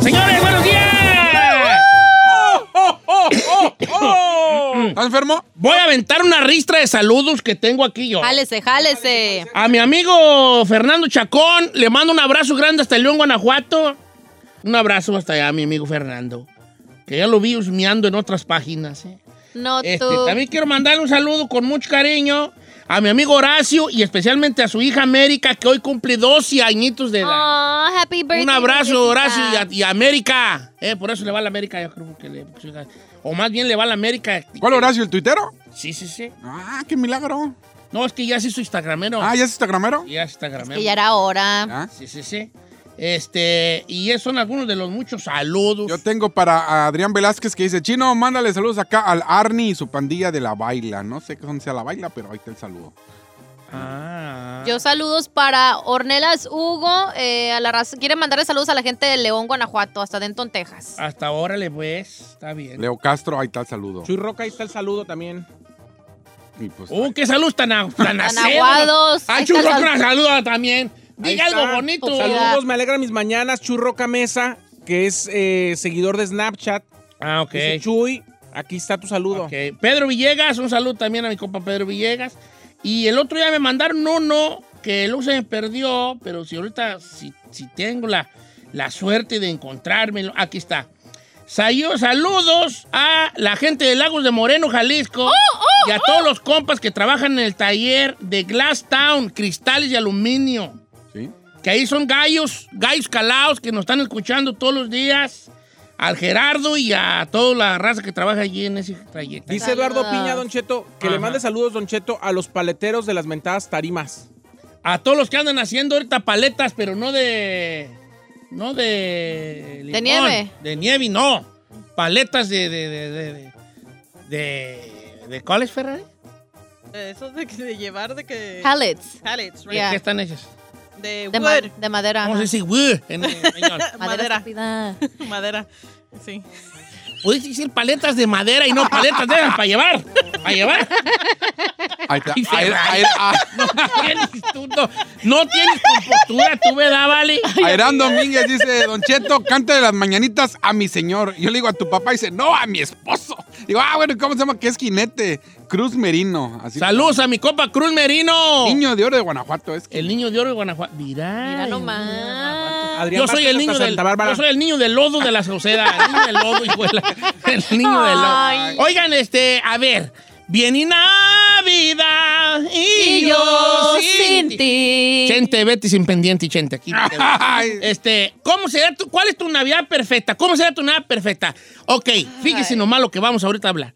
Señores, buenos días. ¿Estás enfermo? Voy a aventar una ristra de saludos que tengo aquí yo. Jálese, jálese. A mi amigo Fernando Chacón, le mando un abrazo grande hasta León, Guanajuato. Un abrazo hasta allá, mi amigo Fernando. Que ya lo vi husmeando en otras páginas. ¿eh? No Este, tú. también quiero mandarle un saludo con mucho cariño a mi amigo Horacio y especialmente a su hija América, que hoy cumple 12 añitos de edad. Oh, happy birthday. Un abrazo, Horacio, y, a- Bebecita. y a América. Eh, por eso le va a la América, yo creo que le- O más bien le va a la América. ¿Cuál Horacio, el tuitero? Sí, sí, sí. Ah, qué milagro. No, es que ya se hizo Instagramero. Ah, ¿ya es Instagramero? Ya se Instagramero. Que ya era hora. Ah. Sí, sí, sí. Este, y esos son algunos de los muchos saludos. Yo tengo para a Adrián Velázquez que dice, Chino, mándale saludos acá al Arni y su pandilla de la baila. No sé qué son sea la baila, pero ahí está el saludo. Ah. Yo saludos para Ornelas Hugo. eh, a la raza- Quiere mandarle saludos a la gente de León, Guanajuato, hasta Denton, Texas. Hasta ahora le pues, está bien. Leo Castro, ahí está el saludo. Chuy Roca, ahí está el saludo también. Y pues, Uh, qué saludos tan, a- tan Tan acedos. aguados. Ah, Ahí está el Churroca, sal- una saluda también. Ahí Diga está. algo bonito. Saludos, me alegra mis mañanas. Chuy Roca Mesa, que es eh, seguidor de Snapchat. Ah, ok. Dice, Chuy, aquí está tu saludo. Ok. Pedro Villegas, un saludo también a mi compa Pedro Villegas. Y el otro día me mandaron uno que luego se me perdió, pero si ahorita, si, si tengo la, la suerte de encontrármelo, aquí está. Sayo- saludos a la gente de Lagos de Moreno, Jalisco, Oh, y a todos los compas que trabajan en el taller de Glass Town, cristales y aluminio ¿sí? que ahí son gallos, gallos calados que nos están escuchando todos los días. Al Gerardo y a toda la raza que trabaja allí en ese trayecto. Dice Eduardo Saludos. Piña, Don Cheto, que Ajá. le mande saludos, Don Cheto, a los paleteros de las mentadas tarimas. A todos los que andan haciendo ahorita paletas, pero no de. No de. limón, nieve. De nieve, no. Paletas de. ¿De, de, de, de, de- de cuál es Ferrari? Eh, Eso de, que- de llevar de que... Pallets. Pallets, right? ¿De Yeah. qué están hechas? De De, wood. ma- de madera. ¿Cómo se ajá. dice? "Wuh" en español. Madera. madera. estúpida. Madera. Sí. Puedes decir paletas de madera y no paletas de esas para llevar. Para llevar. Ahí está. Y Ahí- Ferrari. ahí- ah, No tienes, tú, no, no tienes compostura, tú, ¿verdad, Vale? Airán Domínguez dice, Don Cheto, cántale las mañanitas a mi señor. Yo le digo a tu papá, dice, no, a mi esposo. Digo, ah, bueno, ¿cómo se llama? ¿Qué es jinete? Cruz Merino. Así Saludos a mi compa Cruz Merino. Niño de oro de Guanajuato es. El niño de oro de Guanajuato. Mirá. Mira el nomás. niño de Adrián Yo soy, Vázquez el niño hasta del, Santa Bárbara. yo soy el niño del lodo de la sauceda. El niño del lodo, hijuela. El niño del Ay. lodo. Oigan, este, a ver. Viene Navidad y, Y yo sin ti. Chente, vete sin pendiente y chente aquí. te quedas. Ay, Este, ¿cómo será tu, cuál es tu Navidad perfecta? ¿Cómo será tu Navidad perfecta? Ok, fíjese nomás lo que vamos ahorita a hablar.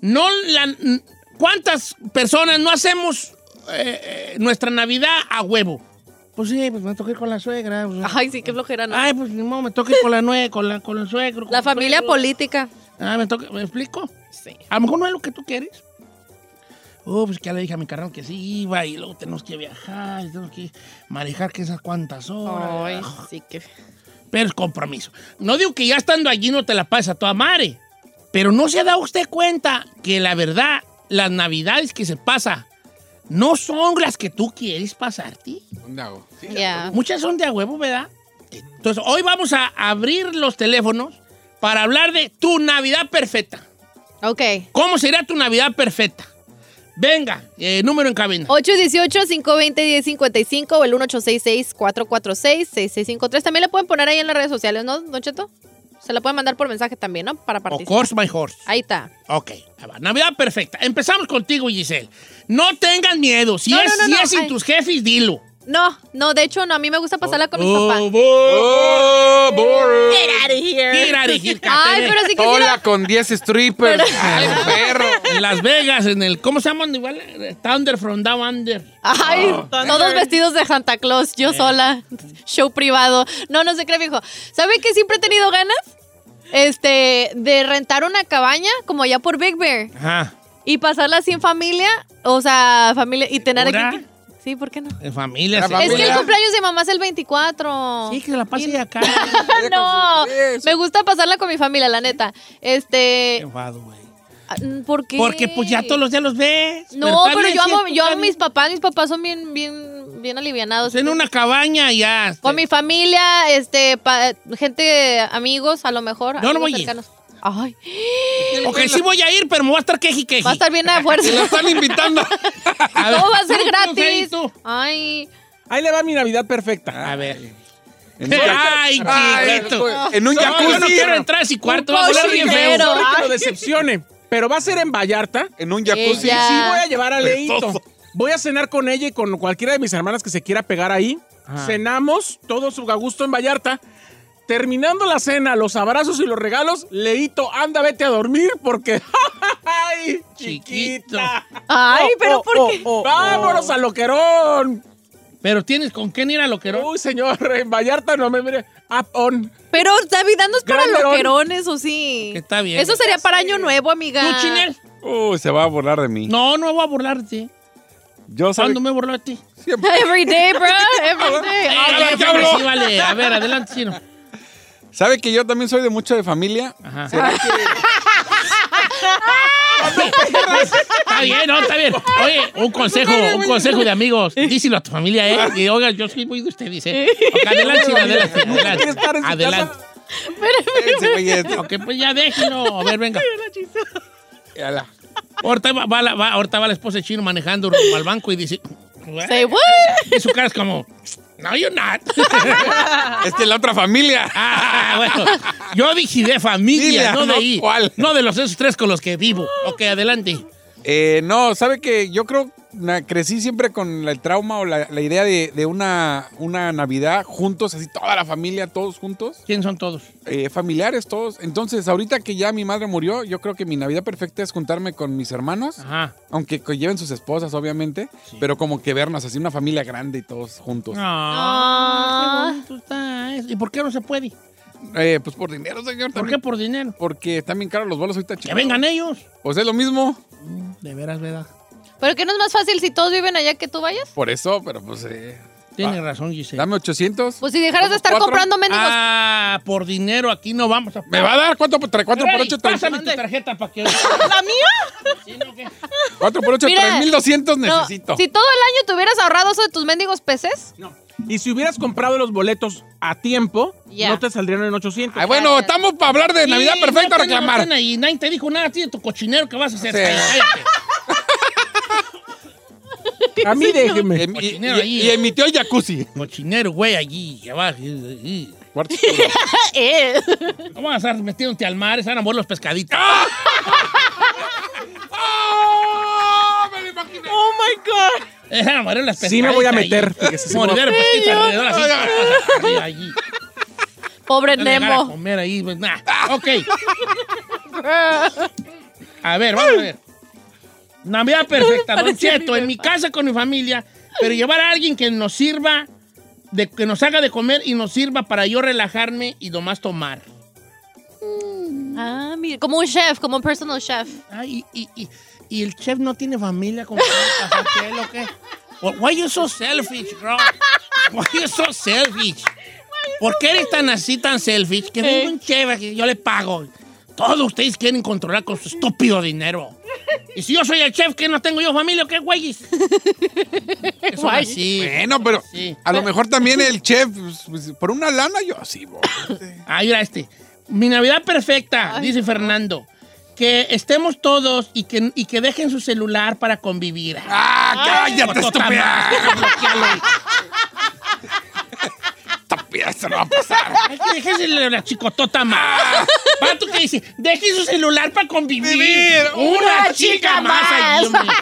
No la, n- ¿Cuántas personas no hacemos eh, eh, nuestra Navidad a huevo? Pues sí, pues me toqué con la suegra. pues, Ay, sí, qué flojera, ¿no? Ay, pues ni modo, me toqué con la nue, con, la, con el suegro. con la el familia suegro. política. Ah, me toca, ¿me explico? Sí. A lo mejor no es lo que tú quieres. Oh, pues que ya le dije a mi carnal que sí iba y luego tenemos que viajar, y tenemos que manejar que esas cuantas horas. Ay, sí que. Pero es compromiso. No digo que ya estando allí no te la pases a toda madre. Pero no se da usted cuenta que la verdad, las navidades que se pasa no son las que tú quieres pasarte. ¿Dónde hago? Sí. Ya. Muchas son de a huevo, ¿verdad? Entonces, hoy vamos a abrir los teléfonos para hablar de tu Navidad perfecta. Ok. ¿Cómo será tu Navidad perfecta? Venga, eh, número en cabina. 818-520-1055 o el 1866-446-6653. También le pueden poner ahí en las redes sociales, ¿no, Don Cheto? Se la pueden mandar por mensaje también, ¿no? Para Of participar. course, my horse. Ahí está. Ok, ahí va. Navidad perfecta. Empezamos contigo, Giselle. No tengas miedo. Si No, es, no, no, si no. es sin Ay. tus jefes, dilo. No, no, de hecho, no. A mí me gusta pasarla con mis Oh, papás. boy. Oh, boy. Eh, Get out of here. Mira, Arigil, Ay, Catene. pero sí quisiera. Hola con 10 strippers. Ay, perro. En Las Vegas, en el. ¿Cómo se llama? Igual, eh, Thunder from Down Under. Ay, Ah. Thunder. todos vestidos de Santa Claus, Eh. yo sola, show privado. No, no se cree, viejo. ¿Sabe que siempre he tenido ganas? Este, de rentar una cabaña como allá por Big Bear Ajá. y pasarla así en familia, o sea, familia y tener ¿Segura? aquí. Sí, ¿por qué no? En familia. La sí. Es que el familia. cumpleaños de mamá es el 24. Sí, que se la pase Y- acá. no, Sí, sí. me gusta pasarla con mi familia, la neta. Qué Este, mm, enfado, güey. ¿por qué? Porque pues ya todos los días los ves. No, tal pero vez yo sí amo, es tu yo amo a Navidad. mis papás, mis papás son bien, bien, bien bien alivianados. Pues, en una cabaña y ya. este, Con mi familia, este, pa- gente, amigos, a lo mejor. Yo amigos no voy a ir. cercanos. Ay, Ok, sí voy a ir, pero me voy a estar queji queji. va a estar bien a Y la fuerza. están invitando. A ver. Todo va a ser Tú, tú, gratis. tú. Ay, Ahí le va mi Navidad perfecta. A ver. En un- Ay, Ay, pues, chiquito. en un Ah, No, yo no jacuzzi. quiero entrar a ese cuarto, va a volar bien cochinero. feo. Sorry que lo decepcione, pero va a ser en Vallarta. En un jacuzzi. Ella. Sí, Ah. voy a llevar a Leito. Pestoso. Voy a cenar con ella y con cualquiera de mis hermanas que se quiera pegar ahí. Cenamos, todo su gusto en Vallarta. Terminando la cena, los abrazos y los regalos, Leito, anda, vete a dormir porque... ¡Ay, Chiquito. chiquita! ay, Oh, pero oh, ¿por oh, qué? oh, ¡Vámonos a Loquerón! Pero tienes con quién ir a loquerón. Uy, señor, en Vallarta no me mire. Up on. Pero, David, danos para Granderón. loquerones, o sí. Que está bien. Eso sería para Año Nuevo, amiga. ¿Tú, Chinel? Uy, se va a burlar de mí. No, no voy a burlarte. Yo sabe- ¿Cuándo me burló a ti? siempre. Every day, bro. Every day. A All ver, day. ¿qué habló? sí, vale. A ver, adelante, chino. ¿Sabe que yo también soy de mucho de familia? Ajá. ¿Será que- Está bien, no, está bien. Oye, un consejo, un consejo de amigos. Díselo a tu familia, ¿eh? Y oiga, yo soy muy de ustedes, ¿eh? Ok, adelante, chino, adelante. ¿Quieres Adelante. estar en su adelante. Ese güey es- Ok, pues ya déjenlo. A ver, venga. Ala. Ahorita va, va la, va- ahorita va la esposa de chino manejando rumbo al banco y dice. Say what? Y su cara es como. No, you're not. Es que Este, la otra familia. Ah, bueno. Yo dije de Familia, familia, no de ¿no? ahí. ¿Cuál? No de los esos tres con los que vivo. Ok, adelante. Eh, no, sabe que yo creo na- crecí siempre con la- el trauma o la, la idea de, de una, una Navidad juntos, así toda la familia, todos juntos, ¿Quién son todos? eh, familiares todos. Entonces, ahorita que ya mi madre murió, yo creo que mi Navidad perfecta es juntarme con mis hermanos, Ajá. aunque que lleven sus esposas, obviamente, pero como que vernos así una familia grande y todos juntos. Ah, qué bonito está eso. ¿Y por qué no se puede? Eh, pues por dinero, señor. ¿Por qué también. por dinero? Porque están bien caros los bolos ahorita, Que chicos. vengan ellos. Pues es lo mismo. De veras, ¿verdad? ¿Pero qué no es más fácil si todos viven allá que tú vayas? Por eso, pero pues... eh, Tienes va. razón, Giselle. Dame 800. Pues si dejaras de estar ¿Cuatro? comprando mendigos. Ah, por dinero aquí no vamos a... ¿Me va a dar cuánto por 4 por Ey, 8? Pásame tu ¿Dónde? tarjeta para que... ¿La mía? 4 por 8, Mira, 3200 No, necesito. si todo el año te hubieras ahorrado eso de tus mendigos peces, Y si hubieras comprado los boletos a tiempo, Ya. no te saldrían en 800. Ay, bueno, estamos para hablar de Navidad Sí, perfecta no, reclamar. no, no, Y nadie te dijo nada a ti de tu cochinero que vas a hacer. Sí. Cállate. A mí Y, déjeme. Eh, y, Cochinero ahí. y- y emitió el jacuzzi. Cochinero, güey, allí. que vas, eh, eh. Cuarto oscuro. eh, No van a estar metiéndote al mar, se van a mover los pescaditos. ¡Ah! Me lo imaginé. Oh my God. Se van a mover las pescaditas. Sí me voy a meter. allí. porque sí se me va a- Morder pescaditos alrededor así. arriba, allí. pobre Van a llegar a Nemo. comer ahí, pues nada. Ok. A ver, vamos a ver. Navidad perfecta, Don Parecía Cheto, mi en mi papá. casa con mi familia, pero llevar a alguien que nos sirva, de, que nos haga de comer y nos sirva para yo relajarme y nomás tomar. Ah, mira, como un chef, como un personal chef. Ay, Ah, y, y- y- y el chef no tiene familia con qué él o qué. Wh- Why you so selfish, bro? Why you so selfish? ¿Por qué eres tan así, tan selfish? Que venga un chef aquí, yo le pago. Todos ustedes quieren controlar con su estúpido dinero. Y si yo soy el chef, ¿qué no tengo yo familia o qué, güeyes? Eso Guay. así. ¿eh? Bueno, pero Sí. a lo mejor también el chef, pues, pues, por una lana, yo así, bo. Ahí era este. Mi Navidad perfecta, dice Fernando. Que estemos todos y que, y que dejen su celular para convivir. ¡Ah, cállate, Totota estúpida! madre, bloquealo. ¡Estúpida, esto no va a pasar! Ay, que Déjese la chicotota más. Pato que dice, deje su celular para convivir. Vivir. Una, chica, más. Ay, Dios más. mío.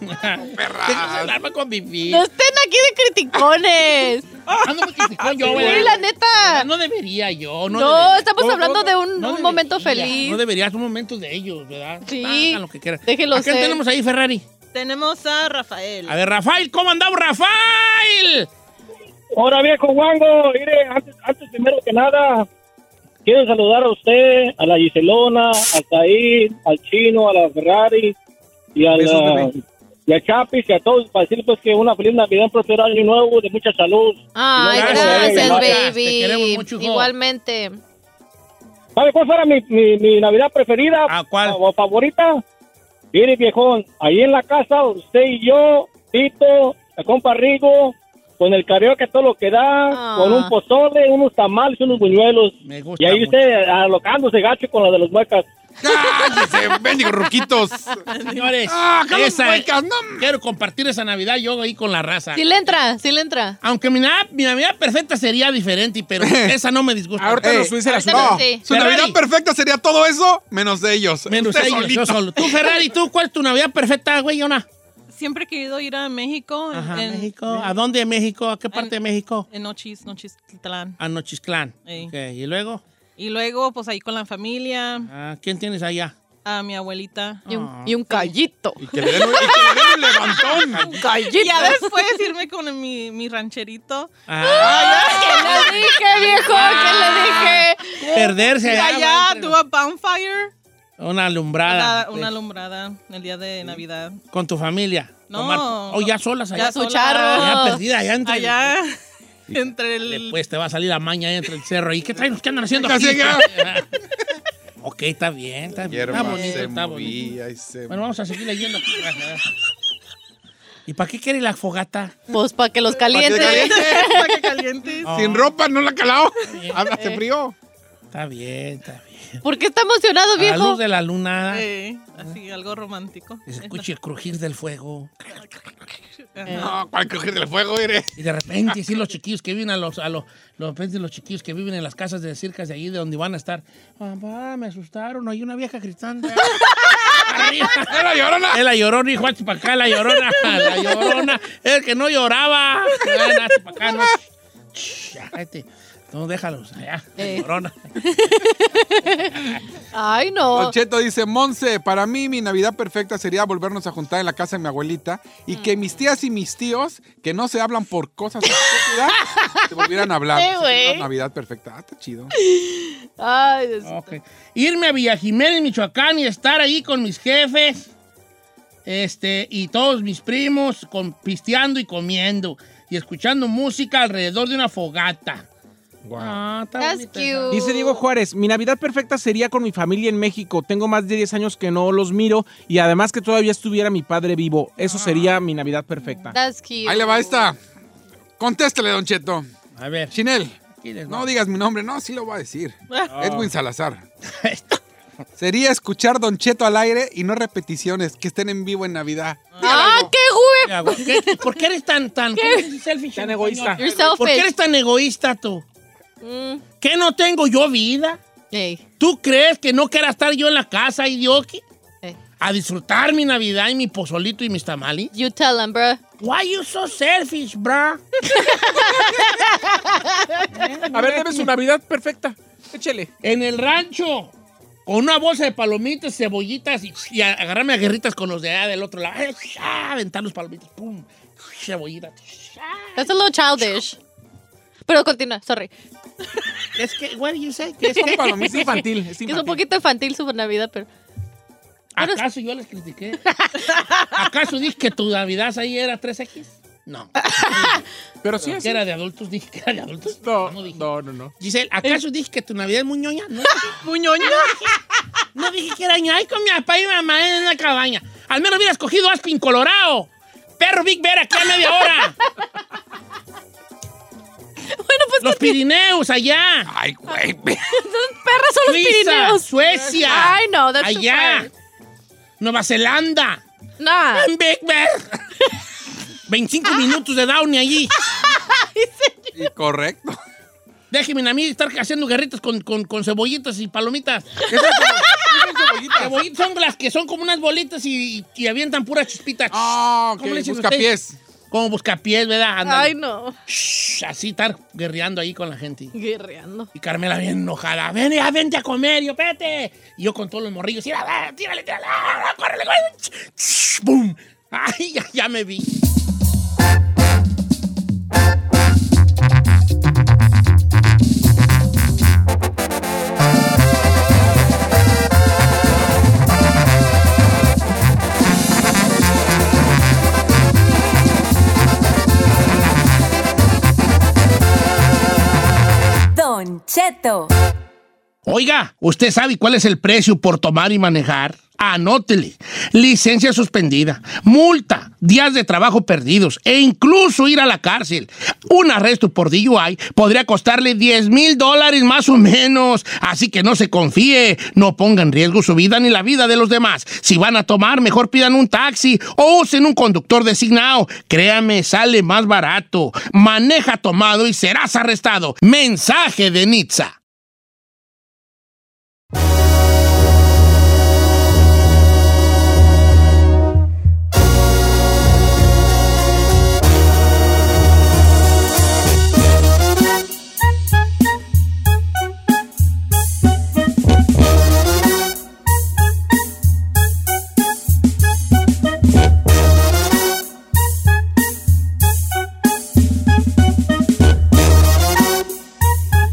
Deje su celular para convivir. No estén aquí de criticones. Ah, no, porque si yo, ¿verdad? Sí, la neta. No debería yo. No, No, debería. estamos hablando de un- un momento feliz. No debería, es un momento de ellos, ¿verdad? Sí. Hagan lo que quieran. Déjenlo ¿A quién ser. tenemos ahí, Ferrari? Tenemos a Rafael. A ver, Rafael, ¿cómo andamos, Rafael? Ahora viejo Wango, mire, antes, antes primero que nada, quiero saludar a usted, a la Giselona, al Taí, al Chino, a la Ferrari y a Besos, la bebé. y a Chapis y a todos para decir pues que una feliz Navidad, un próspero año nuevo, de mucha salud. Ay, Gracias, gracias, gracias, baby. eh, te queremos mucho, hijo. Igualmente. ¿Sabe cuál fuera mi, mi, mi Navidad preferida Ah, ¿A cuál? o favorita? Mire viejón, ahí en la casa usted y yo, Tito, el compa Rigo, con el carioca todo lo que da, Ah. con un pozole, unos tamales, unos buñuelos. Me gusta Y ahí mucho. usted alocándose gacho con la de los muecas. ¡Cállese, bendigo ruquitos! Señores, ¡Ah, Carlos esa- Huecas, no! quiero compartir esa Navidad yo ahí con la raza. Sí le entra, sí le entra. Aunque mi, na- mi Navidad perfecta sería diferente, pero esa no me disgusta. Ahorita Ey, los suizos ahorita No, Sí. su Ferrari. Navidad perfecta sería todo eso, menos ellos. Menos Usted ellos, yo solito. solo. Tú, Ferrari, ¿tú cuál es tu Navidad perfecta, güey, Yona? Siempre he querido ir a México. Ajá, en, México. ¿A dónde de México? ¿A qué parte de México? En Nochis, Nochistlán. A Nochistlán. Ey. Ok, ¿Y luego? Y luego, pues ahí con la familia, Ah, ¿Quién tienes allá? a mi abuelita. Y un, y un callito. Y que le den un, y que le den un levantón. Un callito. Y ya después irme con mi, mi rancherito. Ah, ¿Qué le dije, viejo? Ah. ¿Qué le dije? perderse Y allá. va allá entre- tuve bonfire. Una alumbrada. Una, una pues, alumbrada el día de Navidad. Con tu familia. No. Tomar- Oh, ya solas allá. Ya su sola. charro. Ya perdida, allá entre. Allá entre el... Después te va a salir la maña ahí entre el cerro. ¿Y qué traen? ¿Qué andan haciendo ¿Qué aquí? hacen ok, está bien, está Y bien. Está hermano, bonito, se está bonito. movía y se Bueno, vamos a seguir leyendo. aquí. pues, ¿Y para qué quiere la fogata? Pues para que los caliente. Para que calientes. Oh. Sin ropa, no la ha calado. Eh. Háblate frío. Está bien, está bien. ¿Por qué está emocionado, A la viejo? luz de la luna. Eh, así, algo romántico. que Se escuche el crujir del fuego. No, para coger del fuego, iré. Y de repente, sí, los chiquillos que viven a los, a los, los, de repente los chiquillos que viven en las casas de circas de allí de donde van a estar. Mamá, me asustaron, hay una vieja gritando. Arriba. ¡Era la llorona! Es la llorona, hijo, hazte para acá, la llorona, la llorona. Es que no lloraba. Bueno, hazte pa' acá, no. Shh, ya, cállate. No, déjalos allá, la Eh. llorona. Ay, no. Don Cheto dice, Monse, para mí mi Navidad perfecta sería volvernos a juntar en la casa de mi abuelita y Mm. que mis tías y mis tíos, que no se hablan por cosas estúpidas, se volvieran a hablar. Sí, Esa sería güey. una Navidad perfecta. Ah, está chido. Ay, Dios. Ok. Irme a Villa Jiménez, Michoacán y estar ahí con mis jefes este, y todos mis primos con, pisteando y comiendo y escuchando música alrededor de una fogata. Ah, está That's bonita cute. esa. Dice Diego Juárez, mi Navidad perfecta sería con mi familia en México. Tengo más de 10 años que no los miro y además que todavía estuviera mi padre vivo. Eso sería mi Navidad perfecta. That's cute. Ahí le va esta. Contéstale, Don Cheto. A ver. Chinel, aquí les va. no digas mi nombre. No, sí lo voy a decir. Edwin Salazar. Sería escuchar Don Cheto al aire y no repeticiones, que estén en vivo en Navidad. ¡Ah, qué güey! Ya, güey, ¿qué- ¿Por qué eres tan, tan, ¿cómo se dice selfish en Tan español? egoísta. You're ¿Por qué selfish. eres tan egoísta tú? Mm. ¿Qué no tengo yo vida? Ey, ¿Tú crees que no quiera estar yo en la casa, idioqui? ey. A disfrutar mi Navidad y mi pozolito y mis tamales. You tell him, bro. Why you so selfish, bro? A ver, debe su Navidad perfecta. Échele. En el rancho, con una bolsa de palomitas, cebollitas y, y a- agarrarme a guerritas con los de allá del otro lado. Ay, ah, Aventar los palomitas, pum, cebollitas. That's a little childish. Pero continúa, sorry. Es que, what do you say? ¿Qué es Es que? palomita infantil. Es Que es un infantil. poquito infantil su Navidad, pero. ¿Acaso yo les critiqué? ¿Acaso dije que tu Navidad ahí era 3X? No. Pero sí es. Que era de adultos, dije que era de adultos. No, dije. no, no, no. Giselle, ¿acaso dije que tu Navidad es muy ñoña? No, Muñoña. no dije que era ñoña. Ay, con mi papá y mi mamá en la cabaña. Al menos hubiera escogido Aspen, Colorado. Perro Big Bear aquí a media hora. Bueno, pues Los Pirineos allá. Ay, güey. los perros son los Suiza, Pirineos. Suecia. Ay, no, that's too Allá. Nueva Zelanda. Nah. En Big Bear. Ah. 25 minutos de Downey allí. Y correcto. Déjenme a mí estar haciendo guerritas con, con, con cebollitas y palomitas. ¿Qué son cebo- qué son cebollitas? Cebollitas son las que son como unas bolitas y, y avientan puras chispitas. Ah, ¿Cómo ok. le dicen Busca pies. Como buscapiés, ¿verdad? Ándale. Ay, no. Shh, así estar guerreando ahí con la gente. Guerreando. Y Carmela bien enojada. Ven, ya, vente a comer, yo, vete. Y yo con todos los morrillos. Tírale, tírale, tírale. ah, Córrele, córrele. Ch, ch, ¡Bum! Ay, ya, ya me vi. Don Cheto. Oiga, ¿usted sabe cuál es el precio por tomar y manejar? Anótele. Licencia suspendida, multa, días de trabajo perdidos e incluso ir a la cárcel. Un arresto por DUI podría costarle 10 mil dólares más o menos. Así que no se confíe. No ponga en riesgo su vida ni la vida de los demás. Si van a tomar, mejor pidan un taxi o usen un conductor designado. Créame, sale más barato. Maneja tomado y serás arrestado. Mensaje de Nitza.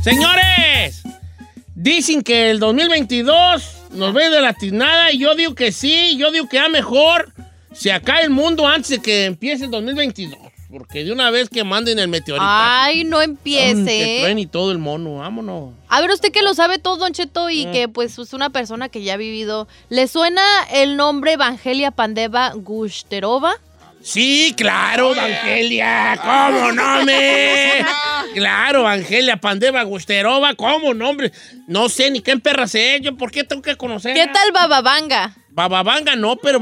Señores, dicen que el 2022 nos ve de la tiznada y yo digo que sí, yo digo que a mejor se acabe el mundo antes de que empiece el 2022. Porque de una vez que manden el meteorito. Ay, no Que empiece. truene y todo el mono, vámonos. A ver, usted que lo sabe todo, Don Cheto, y que pues es una persona que ya ha vivido. ¿Le suena el nombre Evangelia Pandeva Gusterova? Sí, claro, Angelia, ¿cómo no me? claro, Angelia Pandeva Gusterova, ¿cómo no, hombre? No sé ni qué perra sé yo, ¿por qué tengo que conocer? ¿Qué tal Bababanga? Bababanga no, pero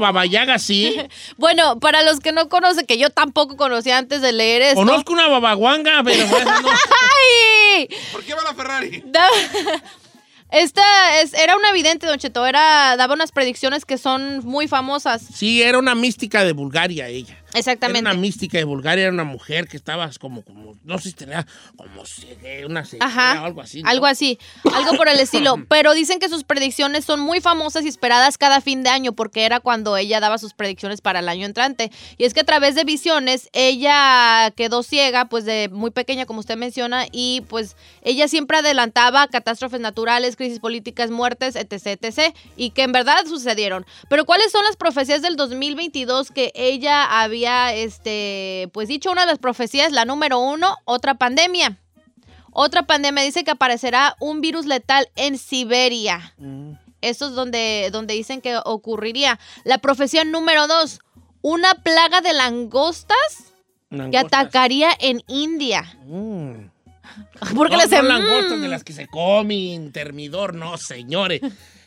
Babayaga sí. Bueno, para los que no conocen, que yo tampoco conocía antes de leer esto. Conozco una babaguanga, pero esa no. ¡Ay! ¿Por qué va la Ferrari? Da- Esta es- era una vidente, Don Cheto. Era, daba unas predicciones que son muy famosas. Sí, era una mística de Bulgaria ella. Era Exactamente. una mística de Bulgaria, era una mujer que estaba como, como no sé si tenía como ceguera, una ceguera Ajá. o algo así. ¿no? Algo así. Algo por el estilo. Pero dicen que sus predicciones son muy famosas y esperadas cada fin de año, porque era cuando ella daba sus predicciones para el año entrante. Y es que a través de visiones, ella quedó ciega, pues de muy pequeña, como usted menciona, y pues ella siempre adelantaba catástrofes naturales, crisis políticas, muertes, etc, etc. Y que en verdad sucedieron. Pero ¿cuáles son las profecías del 2022 que ella había, este, pues dicho una de las profecías, la número uno, otra pandemia? Otra pandemia dice que aparecerá un virus letal en Siberia. Mm. Eso es donde, donde dicen que ocurriría. La profecía número dos, una plaga de langostas que Langostas. atacaría en India. Mm. Porque No, les no mm, langostas de las que se comen, termidor, no, señores.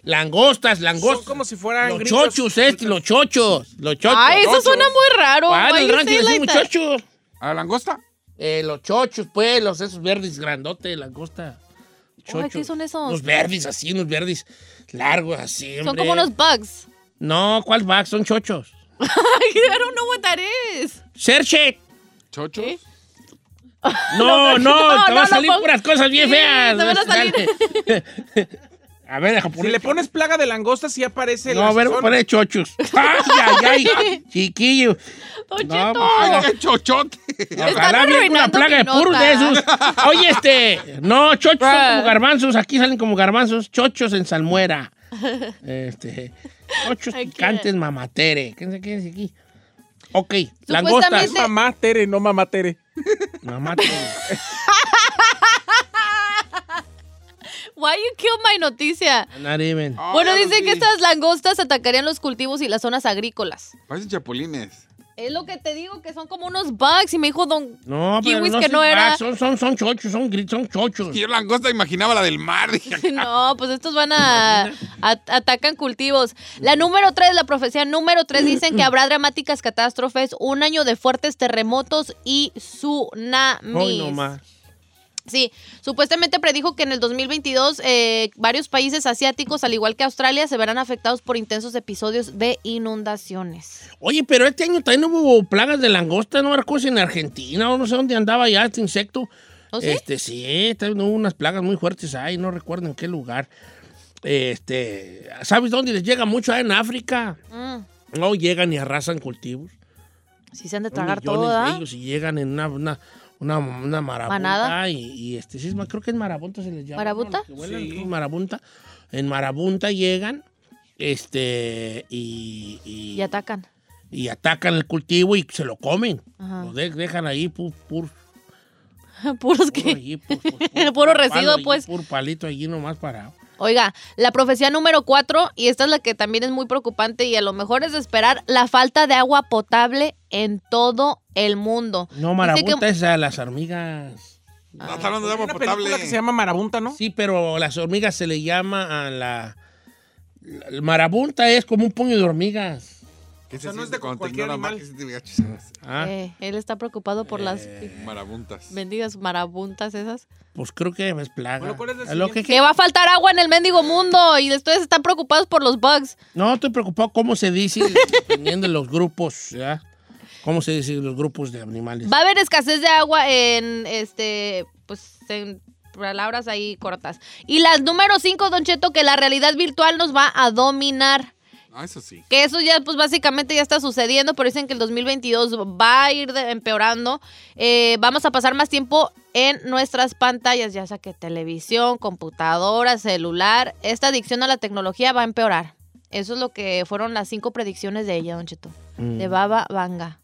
Langostas, Son langostas. como si fueran los gringos. chochos, este, los chochos, los chochos. Ay, eso Chochos. suena muy raro. Ah, Why en el you rancho say decimos like that? chochos. ¿A la langosta? Eh, los chochos, pues, los esos verdes grandotes, langosta. Ay, ¿qué son esos? Unos verdes así, unos verdes largos así, Son hombre. como unos bugs. No, ¿cuál va? Son chochos. I don't know what that is. Serche. ¿Chocho? No, no, no, te no, van a no salir pongas- puras cosas bien Sí, feas. Este, te van a salir. a ver, deja Si poner. le pones plaga de langosta, sí aparece No, a ver, zona. poner chochos. Ay, ay, ay, chiquillo. Don No, Cheto. pues, ¡Qué chochote! Ojalá venga una arruinando plaga de mi nota. Ah. puros de esos. Oye, este, no, chochos son como garbanzos, aquí salen como garbanzos, chochos en salmuera. Este, chochos Aquí. picantes mamatere. ¿Qué se qué dice aquí? Ok, langostas. Supuestamente- Mamá Tere, no mamá Tere. Mamatere. pues. Why you kill my noticia? Not even. Bueno, Ah, ya los dice que vi. estas langostas atacarían los cultivos y las zonas agrícolas. Parecen chapulines. Es lo que te digo, que son como unos bugs. Y me dijo Don No, pero Kiwis no que son no era. vac, Son, son, son chochos, son, gri- son chochos. Y yo langosta imaginaba la del mar. Dije, No, pues estos van a, a- atacan cultivos. La número tres, la profecía número tres, dicen que habrá dramáticas catástrofes, un año de fuertes terremotos y Hoy tsunamis. no más. Sí, supuestamente predijo que en el 2022 eh, varios países asiáticos, al igual que Australia, se verán afectados por intensos episodios de inundaciones. Oye, pero este año también hubo plagas de langosta, no era cosa en Argentina, o no sé dónde andaba ya este insecto. ¿Oh, sí? Este, sí, también hubo unas plagas muy fuertes ahí, no recuerdo en qué lugar. Este, ¿sabes dónde les llega mucho? Ah, en África. Mm, No llegan y arrasan cultivos. sí se han de Son tragar millones todo, ¿ah? de ¿verdad? ellos y llegan en una, una, una, una marabunta. Manada. Y, y este, sí, es ma- creo que en marabunta se les llama. ¿Marabunta? ¿no? Los que vuelan, creo que marabunta. En marabunta llegan, este, y... y- Y atacan. y atacan el cultivo y se lo comen. Ajá. Lo de- dejan ahí, pur, pur, puro Puros que. allí, pur- pur- Puro palo residuo, allí, pues. puro palito allí nomás parado. Oiga, la profecía número cuatro, y esta es la que también es muy preocupante y a lo mejor es de esperar, la falta de agua potable en todo el mundo. No, marabunta es a las hormigas. Estás hablando Hay de agua una película potable. que se llama Marabunta, ¿no? Sí, pero las hormigas se le llama a la... la- la marabunta es como un puño de hormigas. ¿Qué se sea, no es siente de cuando te cualquier ignoran, animal. ma? ¿Qué se te- chis- Ah, Eh, él está preocupado por las Eh. Marabuntas. bendigas marabuntas esas. Pues creo que es plaga. Bueno, ¿cuál es la A lo que- Que va a faltar agua en el mendigo mundo y ustedes están preocupados por los bugs. No, estoy preocupado cómo se dice, dependiendo de los grupos, ¿ya? ¿Cómo se dice los grupos de animales? Va a haber escasez de agua en este, pues en palabras ahí cortas. Y las número 5, Don Cheto, que la realidad virtual nos va a dominar. Ah, eso sí. Que eso ya, pues básicamente ya está sucediendo, pero dicen que el 2022 va a ir de- empeorando. Eh, vamos a pasar más tiempo en nuestras pantallas, ya sea que televisión, computadora, celular. Esta adicción a la tecnología va a empeorar. Eso es lo que fueron las cinco predicciones de ella, Don Cheto. Mm. De Baba Vanga.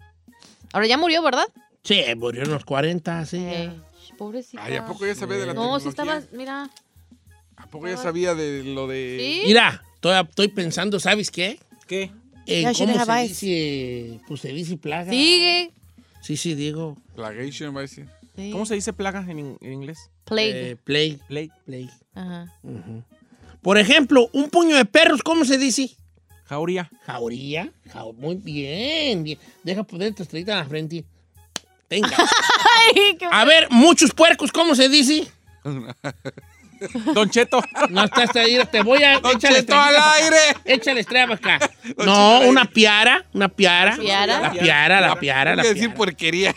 Ahora ya murió, ¿verdad? Sí, murió en los 40, sí. Eh, pobrecita. Ay, ¿a poco ya sabía de la ah, No, si tecnología? estabas, mira. ¿A poco ya sabía de lo de...? Sí. Mira, estoy, estoy pensando, ¿sabes qué? ¿Qué? En Ya, she cómo se have dice, pues se dice plaga. Sigue. Sí, sí, digo. Plagation, va a decir. Sí. ¿Cómo se dice plaga en, in- en inglés? Plague. Eh, play, Plague. play. Ajá. Ujú. Por ejemplo, un puño de perros, ¿cómo se dice? Jauría. Jauría. jau- muy bien, bien. Deja poner tu estrellita en la frente. Venga. Ay, qué- A ver, muchos puercos, ¿cómo se dice? Don Cheto. No estás ahí, te voy a. ¡Don échale Cheto al estrellita. aire! Échale estrella para acá. Don No, Cheto, una piara, una piara. Piara. La piara, la piara, la Voy a decir piara. porquería.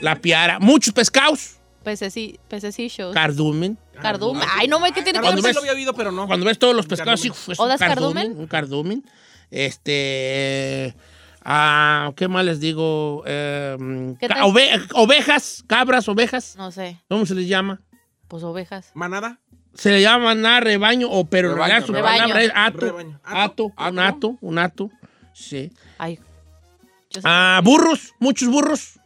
La piara. Muchos pescados. Pececi- Pececillos. Cardumen. Cardumen. Ay, no me que tiene que Ah, Cuando Cuando ver. ves- lo había oído, pero no. Cuando ves todos los pescados, sí, Cardumen. pues, ¿O un das cardumen, cardumen? Un cardumen. Este. Ah, ¿Qué más les digo? Eh, ¿Qué ca- tal? ove- ovejas, cabras, ovejas. No sé. ¿Cómo se les llama? Pues ovejas. Manada. Se le llama nada rebaño o pero en Rebaño, realidad su rebaño. palabra es ato, Rebaño. ato, un Ato. ato, un ato. Sí. Ay. Yo sé. Ah, burros, muchos burros.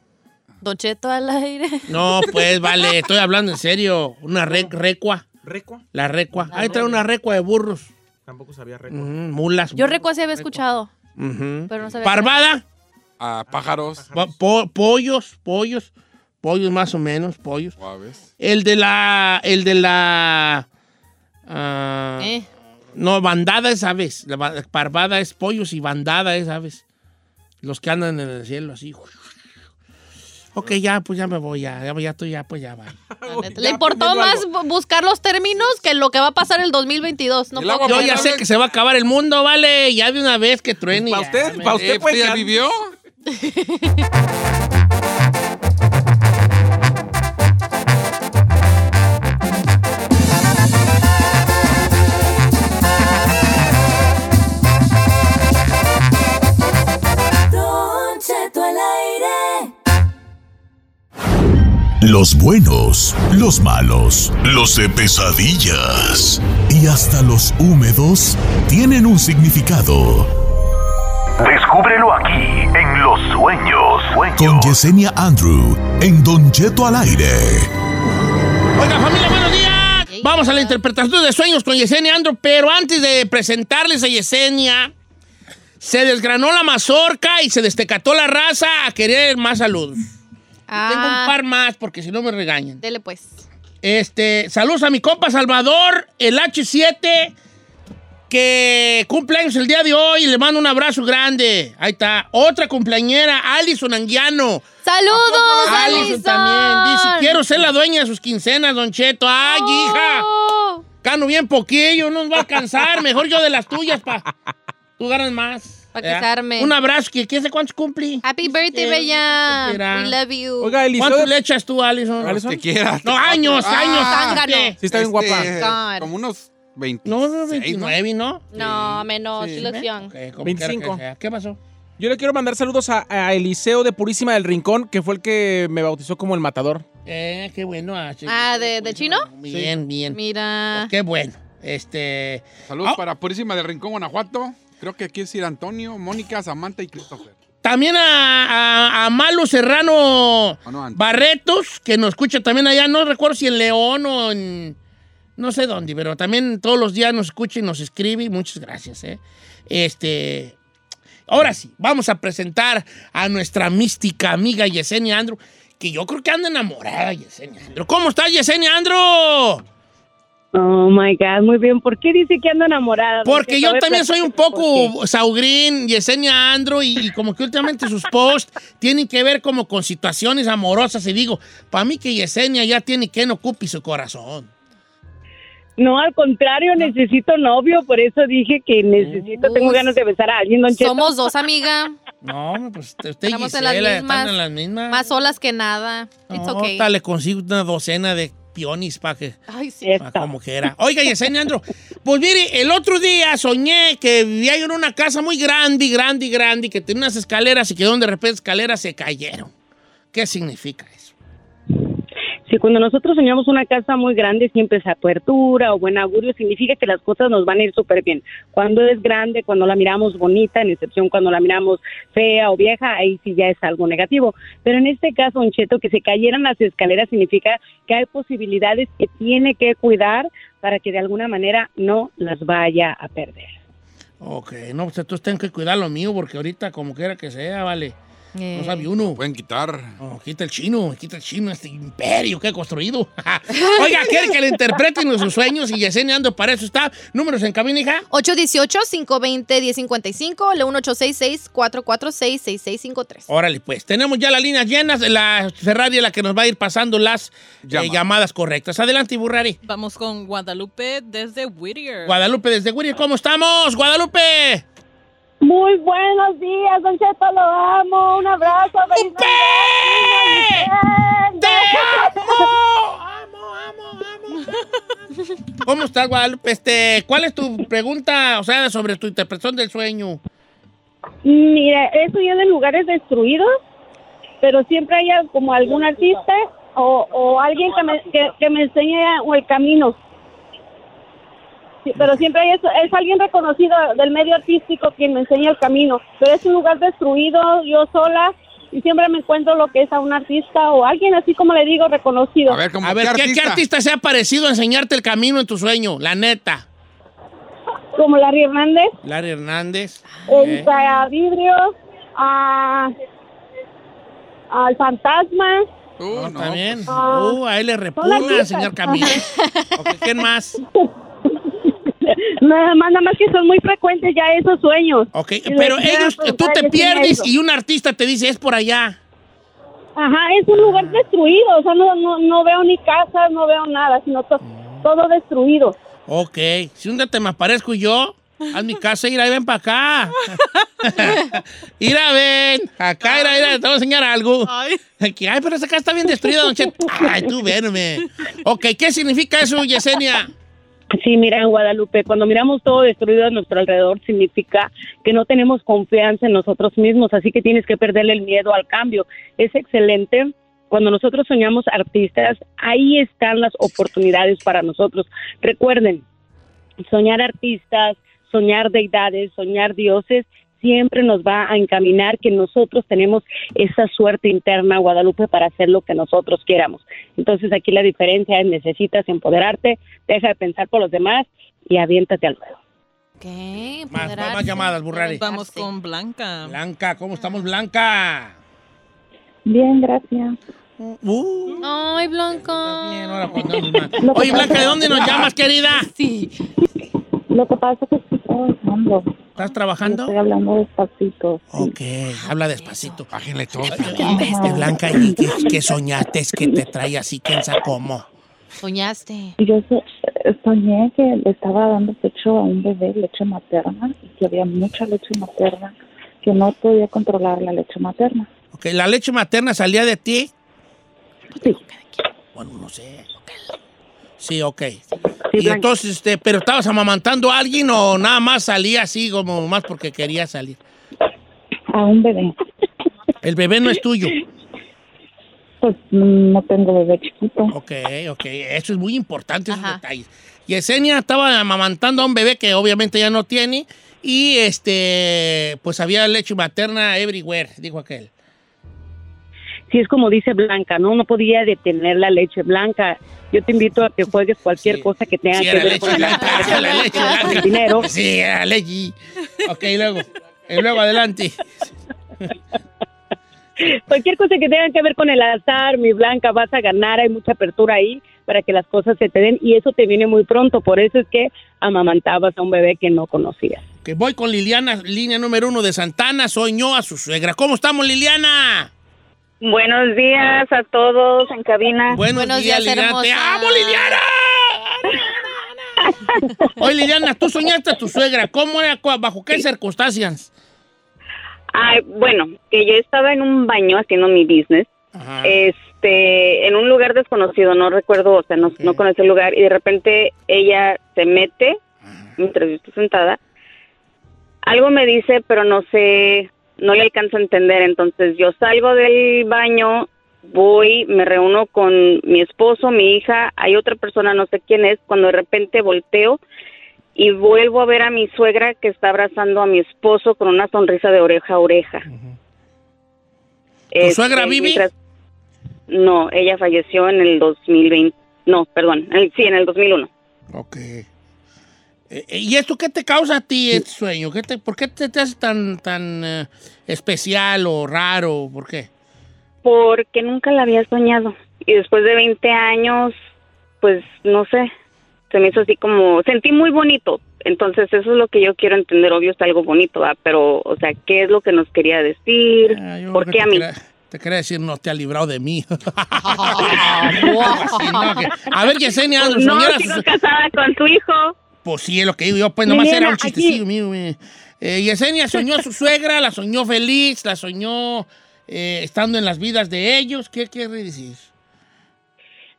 Don Cheto al aire. No, pues vale, estoy hablando en serio. Una re- recua, Recua. la recua. Ahí trae una recua de burros. Tampoco sabía recua. Ujú, mulas. Yo recuerdo si había escuchado, Ujú. pero no sabía. Parvada, A pájaros. pa- po- pollos, pollos, pollos más o menos, pollos. Guaves. El de la, el de la, ah, Eh, no, bandada es aves. La ba- parvada es pollos y bandada es aves. Los que andan en el cielo así. Ok, ya, pues ya me voy, ya, ya, ya estoy, ya, pues ya va. la Uy, neta. ya Le importó aprendiendo más algo. bu- buscar los términos que lo que va a pasar el 2022. No El agua Yo puedo Bueno, ya a sé ver. que se va a acabar el mundo, vale. Ya de una vez que truene. Pa' ya, usted, me- pa' Eh, usted, pues. ¿Usted ya ya- vivió? Don Cheto al aire. Los buenos, los malos, los de pesadillas y hasta los húmedos tienen un significado. Descúbrelo aquí en Los Sueños. Con Yesenia Andrew en Don Cheto al aire. Oiga, familia, buenos días. Vamos a la interpretación de sueños con Yesenia Andro, pero antes de presentarles a Yesenia, se desgranó la mazorca y se destecató la raza a querer más salud. Tengo Ah. un par más porque si no me regañan. Dele pues. Este, saludos a mi compa Salvador, el H7, que cumple años el día de hoy y le mando un abrazo grande. Ahí está. Otra cumpleañera, Alison Anguiano. ¡Saludos, Alison Alison! también dice, quiero ser la dueña de sus quincenas, Don Cheto. ¡Ay, hija! Oh. Gano bien poquillo, no nos va a alcanzar. Mejor yo de las tuyas, pa. Tú ganas más. Pa' ¿verdad? quejarme. Un abrazo, que quién sabe cuántos cumplí. Happy birthday, Quiero, Bella. mira. We love you. Oiga, el ¿Cuántos Isodro- le echas tú, Alison? Alison. Te quieras. No, años, Ah, años. Zángano. ¿qué? Sí, está bien guapa. God. Este, Como unos 20. No, no, 29, ¿no? No, menos. She looks young. Ok, como 25. quiera que sea. ¿Qué pasó? Yo le quiero mandar saludos a, a Eliseo de Purísima del Rincón, que fue el que me bautizó como el matador. Eh, qué bueno. Ah, sí. Ah, ¿de- de chino? Bien, bien. Mira. Qué bueno. Este. Saludos Ah. para Purísima del Rincón, Guanajuato. Creo que aquí es ir Antonio, Mónica, Samantha y Christopher. También a, a- a Malo Serrano Ah, no, Ant- Barretos, que nos escucha también allá. No recuerdo si en León o en, No sé dónde, pero también todos los días nos escucha y nos escribe. y Muchas gracias, ¿eh? Este. Ahora sí, vamos a presentar a nuestra mística amiga Yesenia Andro, que yo creo que anda enamorada de Yesenia Andro. ¿Cómo estás, Yesenia Andro? Oh my God, muy bien. ¿Por qué dice que anda enamorada? Porque yo también soy un poco Saugrín, Yesenia Andro, y, y como que últimamente sus posts tienen que ver como con situaciones amorosas. Y digo, para mí que Yesenia ya tiene que no ocupe su corazón. No, al contrario, necesito novio, por eso dije que necesito, tengo ganas de besar a alguien, don Cheto. Somos dos, amiga. No, pues usted y Estamos en las Gisela están mismas. en las mismas. Más solas que nada. It's No, okay. hasta le consigo una docena de pionis para que... Ay, sí. pa' como que era. Oiga, Yesenia Andro, pues mire, el otro día soñé que vivía yo en una casa muy grande, grande, grande, y que tenía unas escaleras y que donde de repente escaleras se cayeron. ¿Qué significa eso? Si cuando nosotros soñamos una casa muy grande, siempre es apertura o buen augurio, significa que las cosas nos van a ir súper bien. Cuando es grande, cuando la miramos bonita, en excepción cuando la miramos fea o vieja, ahí sí ya es algo negativo. Pero en este caso, Don Cheto, que se cayeran las escaleras significa que hay posibilidades que tiene que cuidar para que de alguna manera no las vaya a perder. Ok, no, pues entonces tengo que cuidar lo mío porque ahorita como quiera que sea, vale. Eh. No sabe uno. pues. Pueden quitar. No, quita el chino, quita el chino, este imperio que he construido. Oiga, quiere que le interpreten sus sueños y Yesenia Andro para eso está. Números en cabina, hija. 818-520-1055, el 1866-446-6653. Órale, pues, tenemos ya las líneas llenas. La Ferrari es la que nos va a ir pasando las eh, Llama. llamadas correctas. Adelante, Burrari. Vamos con Guadalupe desde Whittier. Guadalupe desde Guiri, ¿cómo estamos? Guadalupe. Muy buenos días, Don Cheto, lo amo. Un abrazo. feliz Navidad. ¡Te amo! ¡Amo, amo, amo! ¿Cómo estás, Guadalupe? Este, ¿Cuál es tu pregunta, o sea, sobre tu interpretación del sueño? Mira, he estudiado en lugares destruidos, pero siempre hay al- como algún artista o, o alguien que me, que, que me enseñe o el camino. Sí, pero siempre hay eso, es alguien reconocido del medio artístico quien me enseña el camino. Pero es un lugar destruido, yo sola, y siempre me encuentro lo que es a un artista o alguien así como le digo, reconocido. A ver, como A ver, ¿qué, qué artista se ha parecido a enseñarte el camino en tu sueño? La neta. Como Larry Hernández, Larry Hernández. el Eh, Vidrios, a, al Fantasma. Tú, no, no, también. Ah. Uh, a él le repugna, artistas. señor Camilo. Ok, ¿Quién más? Nada más, nada más que son muy frecuentes ya esos sueños. Ok, Y ah, pero les voy a ellos, preguntar tú a te quién pierdes pues, eso. y un artista te dice, es por allá. Ajá, es un lugar destruido, o sea, no, no, no veo ni casas, no veo nada, sino to- Mm. todo destruido. Ok, si un día te me aparezco yo, haz mi casa, ir ahí, ven para acá. ir a ven, acá, ir a, te voy a enseñar algo. Ay, Aquí, ay, pero esa casa está bien destruida, don Cheto. Ay, tú venme. Ok, ¿qué significa eso, Yesenia? Sí, mira, en Guadalupe, cuando miramos todo destruido a nuestro alrededor, significa que no tenemos confianza en nosotros mismos, así que tienes que perderle el miedo al cambio. Es excelente. Cuando nosotros soñamos artistas, ahí están las oportunidades para nosotros. Recuerden, soñar artistas, soñar deidades, soñar dioses, siempre nos va a encaminar que nosotros tenemos esa suerte interna, Guadalupe, para hacer lo que nosotros queramos. Entonces aquí la diferencia es necesitas empoderarte, deja de pensar por los demás y aviéntate al ruedo. ¿Qué? Más, más, Empoderarse. más llamadas, Burrari. Ah, vamos con Blanca. Blanca, ¿cómo estamos, Blanca? Bien, gracias. Uh, Ay, Blanco. estás bien, ahora cuando nos mal. Oye, Blanca, ¿de dónde nos llamas, querida? Sí. Lo que pasa es que pues, estoy trabajando, ¿Estás trabajando? hablando despacito. Ok, habla despacito. Bájenle todo. Este, Blanca, ¿y qué, qué soñaste? Es que te trae así, quién sabe cómo. Soñaste. Yo eh, soñé que le estaba dando pecho a un bebé, leche materna, y que había mucha leche materna, que no podía controlar la leche materna. Ok, ¿la leche materna salía de ti? Sí. Bueno, no sé. Sí, ok. Sí, y Blanca. entonces, este, ¿pero estabas amamantando a alguien o nada más salía así como más porque quería salir? A un bebé. El bebé no es tuyo. Pues mm, no tengo bebé chiquito. Ok, ok. Eso es muy importante, esos Ajá. detalles. Yesenia estaba amamantando a un bebé que obviamente ya no tiene y, este, pues había leche materna everywhere, dijo aquel. si es como dice Blanca, ¿no? No podía detener la leche blanca. Yo te invito a que juegues cualquier cosa que tenga Sí, que era ver leche con blanca, era la leche blanca. dinero. Sí, era leche. Ok, luego. Y luego adelante. Cualquier cosa que tenga que ver con el azar, mi blanca, vas a ganar. Hay mucha apertura ahí para que las cosas se te den y eso te viene muy pronto. Por eso es que amamantabas a un bebé que no conocías. Que voy con Liliana, línea número uno de Santana, soy yo a su suegra. ¿Cómo estamos, Liliana? Buenos días a todos en cabina. Buenos, días, Liliana. ¡Te amo, Liliana! Oye, Liliana, tú soñaste a tu suegra. ¿Cómo era? ¿Cu- ¿Bajo qué circunstancias? Ay, bueno, que yo estaba en un baño haciendo mi business, Eh. este, en un lugar desconocido, no recuerdo, o sea, no, no conocí el lugar, y de repente ella se mete, mientras yo estoy sentada, algo me dice, pero no sé, no le alcanzo a entender, entonces yo salgo del baño, voy, me reúno con mi esposo, mi hija, hay otra persona, no sé quién es, cuando de repente volteo, y vuelvo a ver a mi suegra que está abrazando a mi esposo con una sonrisa de oreja a oreja. Este, suegra vive? mientras- No, ella falleció en el 2020. No, perdón, en el- sí, en el 2001. Ok. Eh, ¿Y esto qué te causa a ti, este sueño? ¿Qué te- ¿Por qué te, te hace tan, tan eh, especial o raro? ¿Por qué? Porque nunca la había soñado. Y después de 20 años, pues no sé, se me hizo así como, sentí muy bonito. Entonces eso es lo que yo quiero entender, obvio es algo bonito, ¿verdad? pero o sea, ¿qué es lo que nos quería decir? creo ¿Por qué Eh, que a mí? te quería- Te quería decir, no te ha librado de mí. Algo así, ¿no? Que- a ver, Yesenia Pues Anderson, no, era su- sigo casada con tu hijo. Pues sí, es lo que digo yo, pues nomás Liliana, era un aquí- chistecillo mío. eh. Eh, Yesenia soñó a su suegra, la soñó feliz, la soñó eh, estando en las vidas de ellos. ¿Qué quiere decir?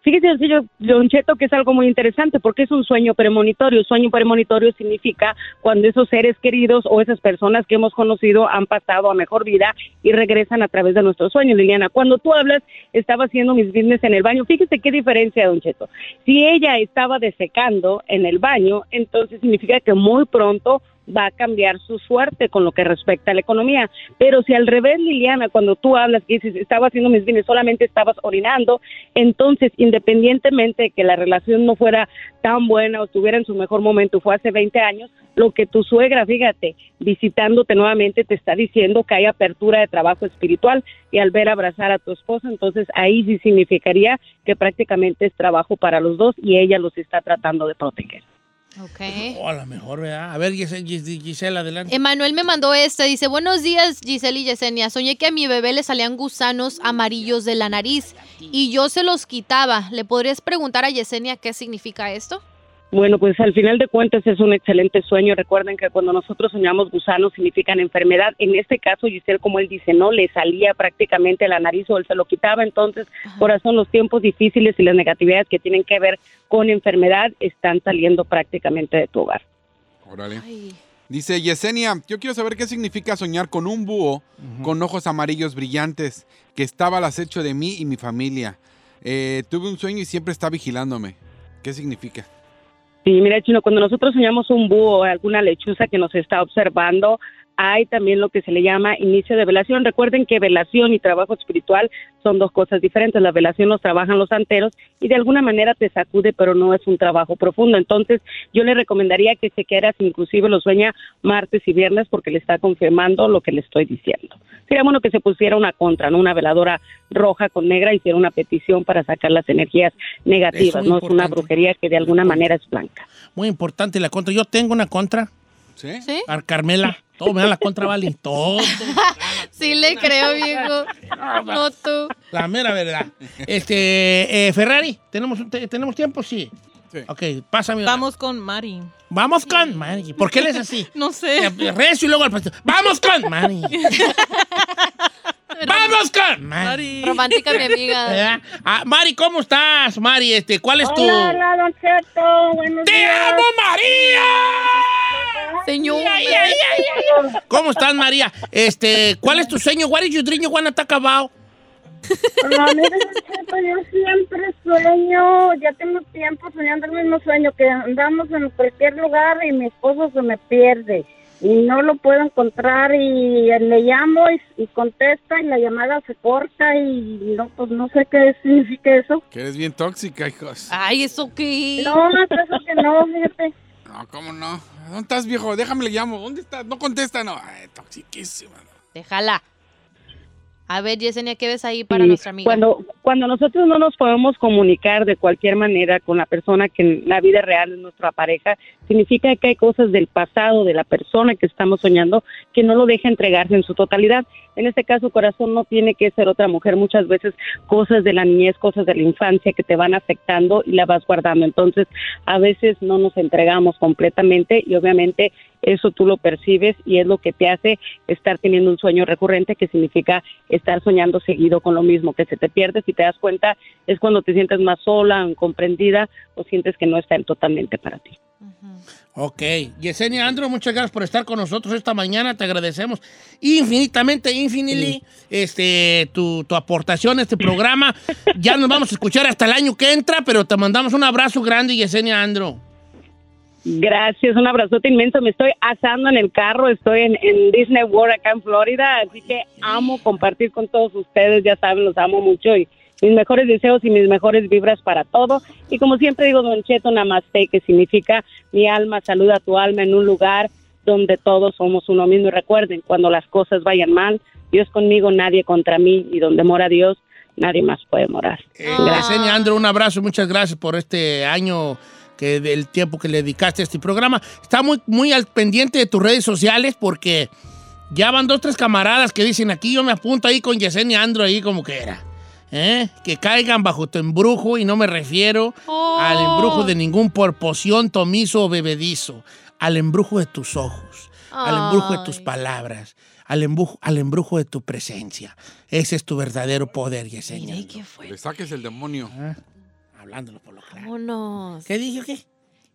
Fíjese, don Cheto- Don Cheto, que es algo muy interesante porque es un sueño premonitorio. Sueño premonitorio significa cuando esos seres queridos o esas personas que hemos conocido han pasado a mejor vida y regresan a través de nuestros sueños, Liliana. Cuando tú hablas, estaba haciendo mis business en el baño. Fíjese qué diferencia, Don Cheto. Si ella estaba desecando en el baño, entonces significa que muy pronto va a cambiar su suerte con lo que respecta a la economía. Pero si al revés, Liliana, cuando tú hablas y dices, estaba haciendo mis bienes, solamente estabas orinando, entonces, independientemente de que la relación no fuera tan buena o estuviera en su mejor momento, fue hace 20 años, lo que tu suegra, fíjate, visitándote nuevamente, te está diciendo que hay apertura de trabajo espiritual y al ver abrazar a tu esposo, entonces ahí sí significaría que prácticamente es trabajo para los dos y ella los está tratando de proteger. Ok. O Oh, a lo mejor, ¿verdad? A ver, Gise- Gis- Gisela, adelante. Em Emanuel me mandó este, dice, buenos días Giselle y Yesenia, soñé que a mi bebé le salían gusanos amarillos de la nariz y yo se los quitaba. ¿Le podrías preguntar a Yesenia qué significa esto? Bueno, pues al final de cuentas es un excelente sueño. Recuerden que cuando nosotros soñamos gusanos significan enfermedad. En este caso, Giselle, como él dice, no le salía prácticamente la nariz o él se lo quitaba. Entonces, corazón, los tiempos difíciles y las negatividades que tienen que ver con enfermedad están saliendo prácticamente de tu hogar. pues, Órale. Dice Yesenia, yo quiero saber qué significa soñar con un búho con ojos amarillos brillantes que estaba al acecho de mí y mi familia. Eh, tuve un sueño y siempre está vigilándome. ¿Qué significa? Sí, mira, Chino, cuando nosotros soñamos un búho o alguna lechuza que nos está observando, hay también lo que se le llama inicio de velación. Recuerden que velación y trabajo espiritual son dos cosas diferentes. La velación los trabajan los santeros y de alguna manera te sacude, pero no es un trabajo profundo. Entonces, yo le recomendaría que se quedas, inclusive lo sueña martes y viernes porque le está confirmando lo que le estoy diciendo. Sería bueno que se pusiera una contra, ¿no? Una veladora roja con negra, hiciera una petición para sacar las energías negativas, muy ¿no? Es una brujería que de alguna manera es blanca. Muy importante la contra. Yo tengo una contra. ¿Sí? ¿Sí? Ar- Carmela. Todo me da la contra, vale. Todo. Sí le creo, viejo. No tú. La mera verdad. Este, eh, Ferrari, ¿tenemos, un te- ¿tenemos tiempo? Sí. Ok, pásame. una. Vamos con Mari. Vamos con Mari. ¿Por qué él es así? No sé. Eh, Recio y luego al pastor. ¡Vamos con Mari! ¡Vamos con Mari! Romántica, mi amiga. ¿Verdad? Ah, Mari, ¿cómo estás, Mari? Este, ¿Cuál es tu...? Hola, hola, Ah, Don Cheto. Buenos ¡Te días. amo, María! Señor. Ay, ay, ay, ay, ay. ¿Cómo estás, María? Este, ¿Cuál es tu sueño? ¿Cuál es tu sueño? Juan about? Ah, mire, Don Cheto, yo siempre sueño, ya tengo tiempo soñando el mismo sueño, que andamos en cualquier lugar y mi esposo se me pierde. y no lo puedo encontrar y le llamo y, y contesta y la llamada se corta y no, pues no sé qué significa eso. Que eres bien tóxica, hijos. Ay, ¿eso qué? No, no, eso que no, fíjate. No, ¿cómo no? ¿Dónde estás, viejo? Déjame le llamo. ¿Dónde estás? No contesta, no. Ay, toxiquísima. Déjala. A ver, Yesenia, ¿qué ves ahí para nuestra amiga? Cuando, cuando nosotros no nos podemos comunicar de cualquier manera con la persona que en la vida real es nuestra pareja, significa que hay cosas del pasado de la persona que estamos soñando que no lo deja entregarse en su totalidad. En este caso, corazón no tiene que ser otra mujer. Muchas veces cosas de la niñez, cosas de la infancia que te van afectando y la vas guardando. Entonces, a veces no nos entregamos completamente y obviamente eso tú lo percibes y es lo que te hace estar teniendo un sueño recurrente que significa estar soñando seguido con lo mismo, que se te pierdes y te das cuenta es cuando te sientes más sola, incomprendida o sientes que no está totalmente para ti. Ok. Yesenia Andro, muchas gracias por estar con nosotros esta mañana. Te agradecemos infinitamente, infinitely, este, tu, tu aportación a este programa. ya nos vamos a escuchar hasta el año que entra, pero te mandamos un abrazo grande, Yesenia Andro. Gracias, un abrazote inmenso. Me estoy asando en el carro, estoy en, en Disney World acá en Florida, así que amo compartir con todos ustedes, ya saben, los amo mucho y mis mejores deseos y mis mejores vibras para todo. Y como siempre digo, Don Cheto Namaste, que significa mi alma saluda a tu alma en un lugar donde todos somos uno mismo. Y recuerden, cuando las cosas vayan mal, Dios conmigo, nadie contra mí, y donde mora Dios, nadie más puede morar. Eh, Yesenia Andro, un abrazo, muchas gracias por este año que del tiempo que le dedicaste a este programa. Está muy, muy al pendiente de tus redes sociales porque ya van dos, tres camaradas que dicen aquí, yo me apunto ahí con Yesenia Andro ahí como que era. ¿eh? Que caigan bajo tu embrujo y no me refiero Oh. al embrujo de ningún porpoción, tomizo o bebedizo, al embrujo de tus ojos, al embrujo de tus palabras. Al embrujo, al embrujo de tu presencia. Ese es tu verdadero poder, Yesenia. Andro. Le saques el demonio. Hablándolo por lo claro. Vámonos. ¿Qué dije o qué?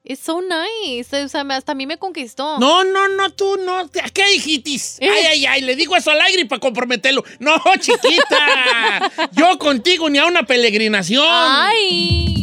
It's so nice. O sea, me- hasta a mí me conquistó. No, no, no, tú no. te- ¿Qué dijitis? Ay, ay, ay, le digo eso al aire para comprometerlo. No, chiquita. Yo contigo ni a una peregrinación. Ay.